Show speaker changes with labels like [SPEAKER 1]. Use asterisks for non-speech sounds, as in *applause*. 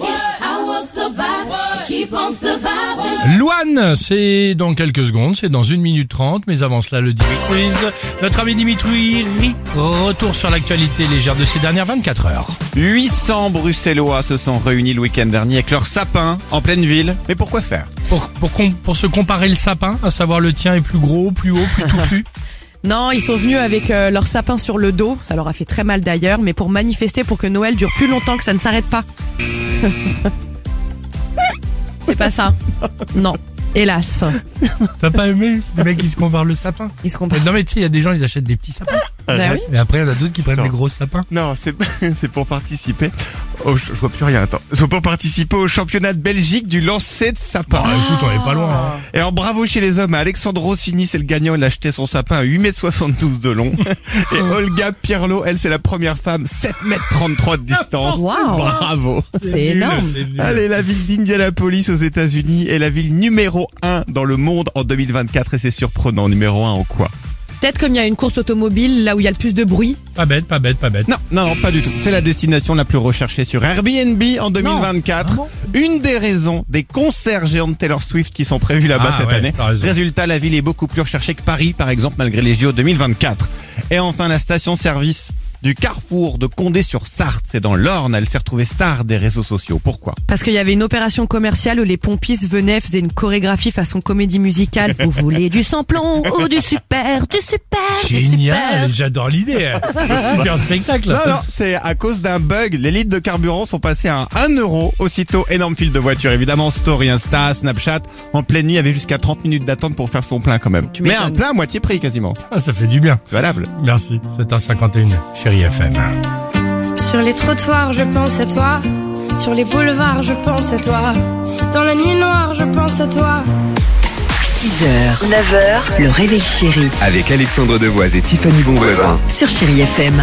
[SPEAKER 1] it. I will survive. Keep on surviving.
[SPEAKER 2] Louane, c'est dans quelques secondes, c'est dans 1 minute 30, mais avant cela, le Dimitri Quiz. Notre ami Dimitri Ri, retour sur l'actualité légère de ces dernières 24 heures.
[SPEAKER 3] 800 Bruxellois se sont réunis le week-end dernier avec leur sapin en pleine ville. Mais pourquoi faire
[SPEAKER 2] Pour, pour, com- pour se comparer le sapin, à savoir le tien est plus gros, plus haut, plus
[SPEAKER 3] *laughs*
[SPEAKER 2] touffu.
[SPEAKER 4] Non, ils sont venus avec euh, leur sapin sur le dos. Ça leur a fait très mal d'ailleurs, mais pour manifester pour que Noël dure plus longtemps, que ça ne s'arrête pas. *laughs* C'est pas ça. Non. Hélas.
[SPEAKER 2] T'as pas aimé les mecs qui se comparent le sapin
[SPEAKER 4] Ils se
[SPEAKER 2] Mais
[SPEAKER 4] comparent.
[SPEAKER 2] Non mais tu sais, il y a des gens, ils achètent des petits sapins.
[SPEAKER 4] Bah oui.
[SPEAKER 2] Mais après, il y en a d'autres qui prennent
[SPEAKER 3] Ah Attends.
[SPEAKER 2] des gros sapins.
[SPEAKER 3] Non, c'est *laughs* c'est pour participer. au- je vois plus rien. Attends, c'est pour participer au championnat de Belgique du lancer de sapin.
[SPEAKER 2] Ah, écoute, on est pas loin. hein.
[SPEAKER 3] Et alors bravo chez les hommes, Alexandre Rossini, c'est le gagnant, il a acheté son sapin à 8m72 de
[SPEAKER 4] *laughs*
[SPEAKER 3] long. Et Olga Pirlo, elle c'est la première femme, 7m33 de distance.
[SPEAKER 4] Waouh.
[SPEAKER 3] Bravo.
[SPEAKER 4] C'est énorme.
[SPEAKER 3] Allez, la ville d'Indianapolis aux États-Unis est la ville numéro 1 dans le monde en 2024 et c'est surprenant. Numéro 1 en quoi
[SPEAKER 4] Peut-être comme il y a une course automobile là où il y a le plus de bruit.
[SPEAKER 2] Pas bête, pas bête, pas bête.
[SPEAKER 3] Non, non, non, pas du tout. C'est la destination la plus recherchée sur Airbnb en 2024.
[SPEAKER 2] Ah
[SPEAKER 3] Une des raisons des concerts géants de Taylor Swift qui sont prévus là-bas
[SPEAKER 2] Ah
[SPEAKER 3] cette
[SPEAKER 2] ouais,
[SPEAKER 3] année.
[SPEAKER 2] t'as raison.
[SPEAKER 3] Résultat, la ville est beaucoup plus recherchée que Paris, par exemple, malgré les JO 2024. Et enfin, la station-service du carrefour de Condé-sur-Sarthe, c'est dans l'Orne, elle s'est retrouvée star des réseaux sociaux. Pourquoi
[SPEAKER 4] Parce qu'il y avait une opération commerciale où les pompistes venaient, faisaient une chorégraphie façon comédie musicale. Vous voulez du sans-plomb ou du super, du super, du super.
[SPEAKER 2] Génial, j'adore
[SPEAKER 4] *laughs*
[SPEAKER 2] l'idée. Super spectacle.
[SPEAKER 3] Non, non, c'est à cause d'un bug. Les litres de carburant sont passés à 1 euro. Aussitôt, énorme file de voitures. Évidemment, Story, Insta, Snapchat. En pleine nuit, il y avait jusqu'à 30 minutes d'attente pour faire son plein quand même.
[SPEAKER 4] Tu
[SPEAKER 3] Mais
[SPEAKER 4] m'étonnes.
[SPEAKER 3] un plein à moitié prix quasiment.
[SPEAKER 2] Ah, ça fait du bien.
[SPEAKER 3] C'est valable.
[SPEAKER 2] Merci. 7h51, chérie FM.
[SPEAKER 5] Sur les trottoirs, je pense à toi. Sur les boulevards, je pense à toi. Dans la nuit noire, je pense à toi.
[SPEAKER 6] 6h, 9h, le réveil chéri
[SPEAKER 7] Avec Alexandre Devoise et Tiffany Bonvoisin.
[SPEAKER 6] sur Chérie FM.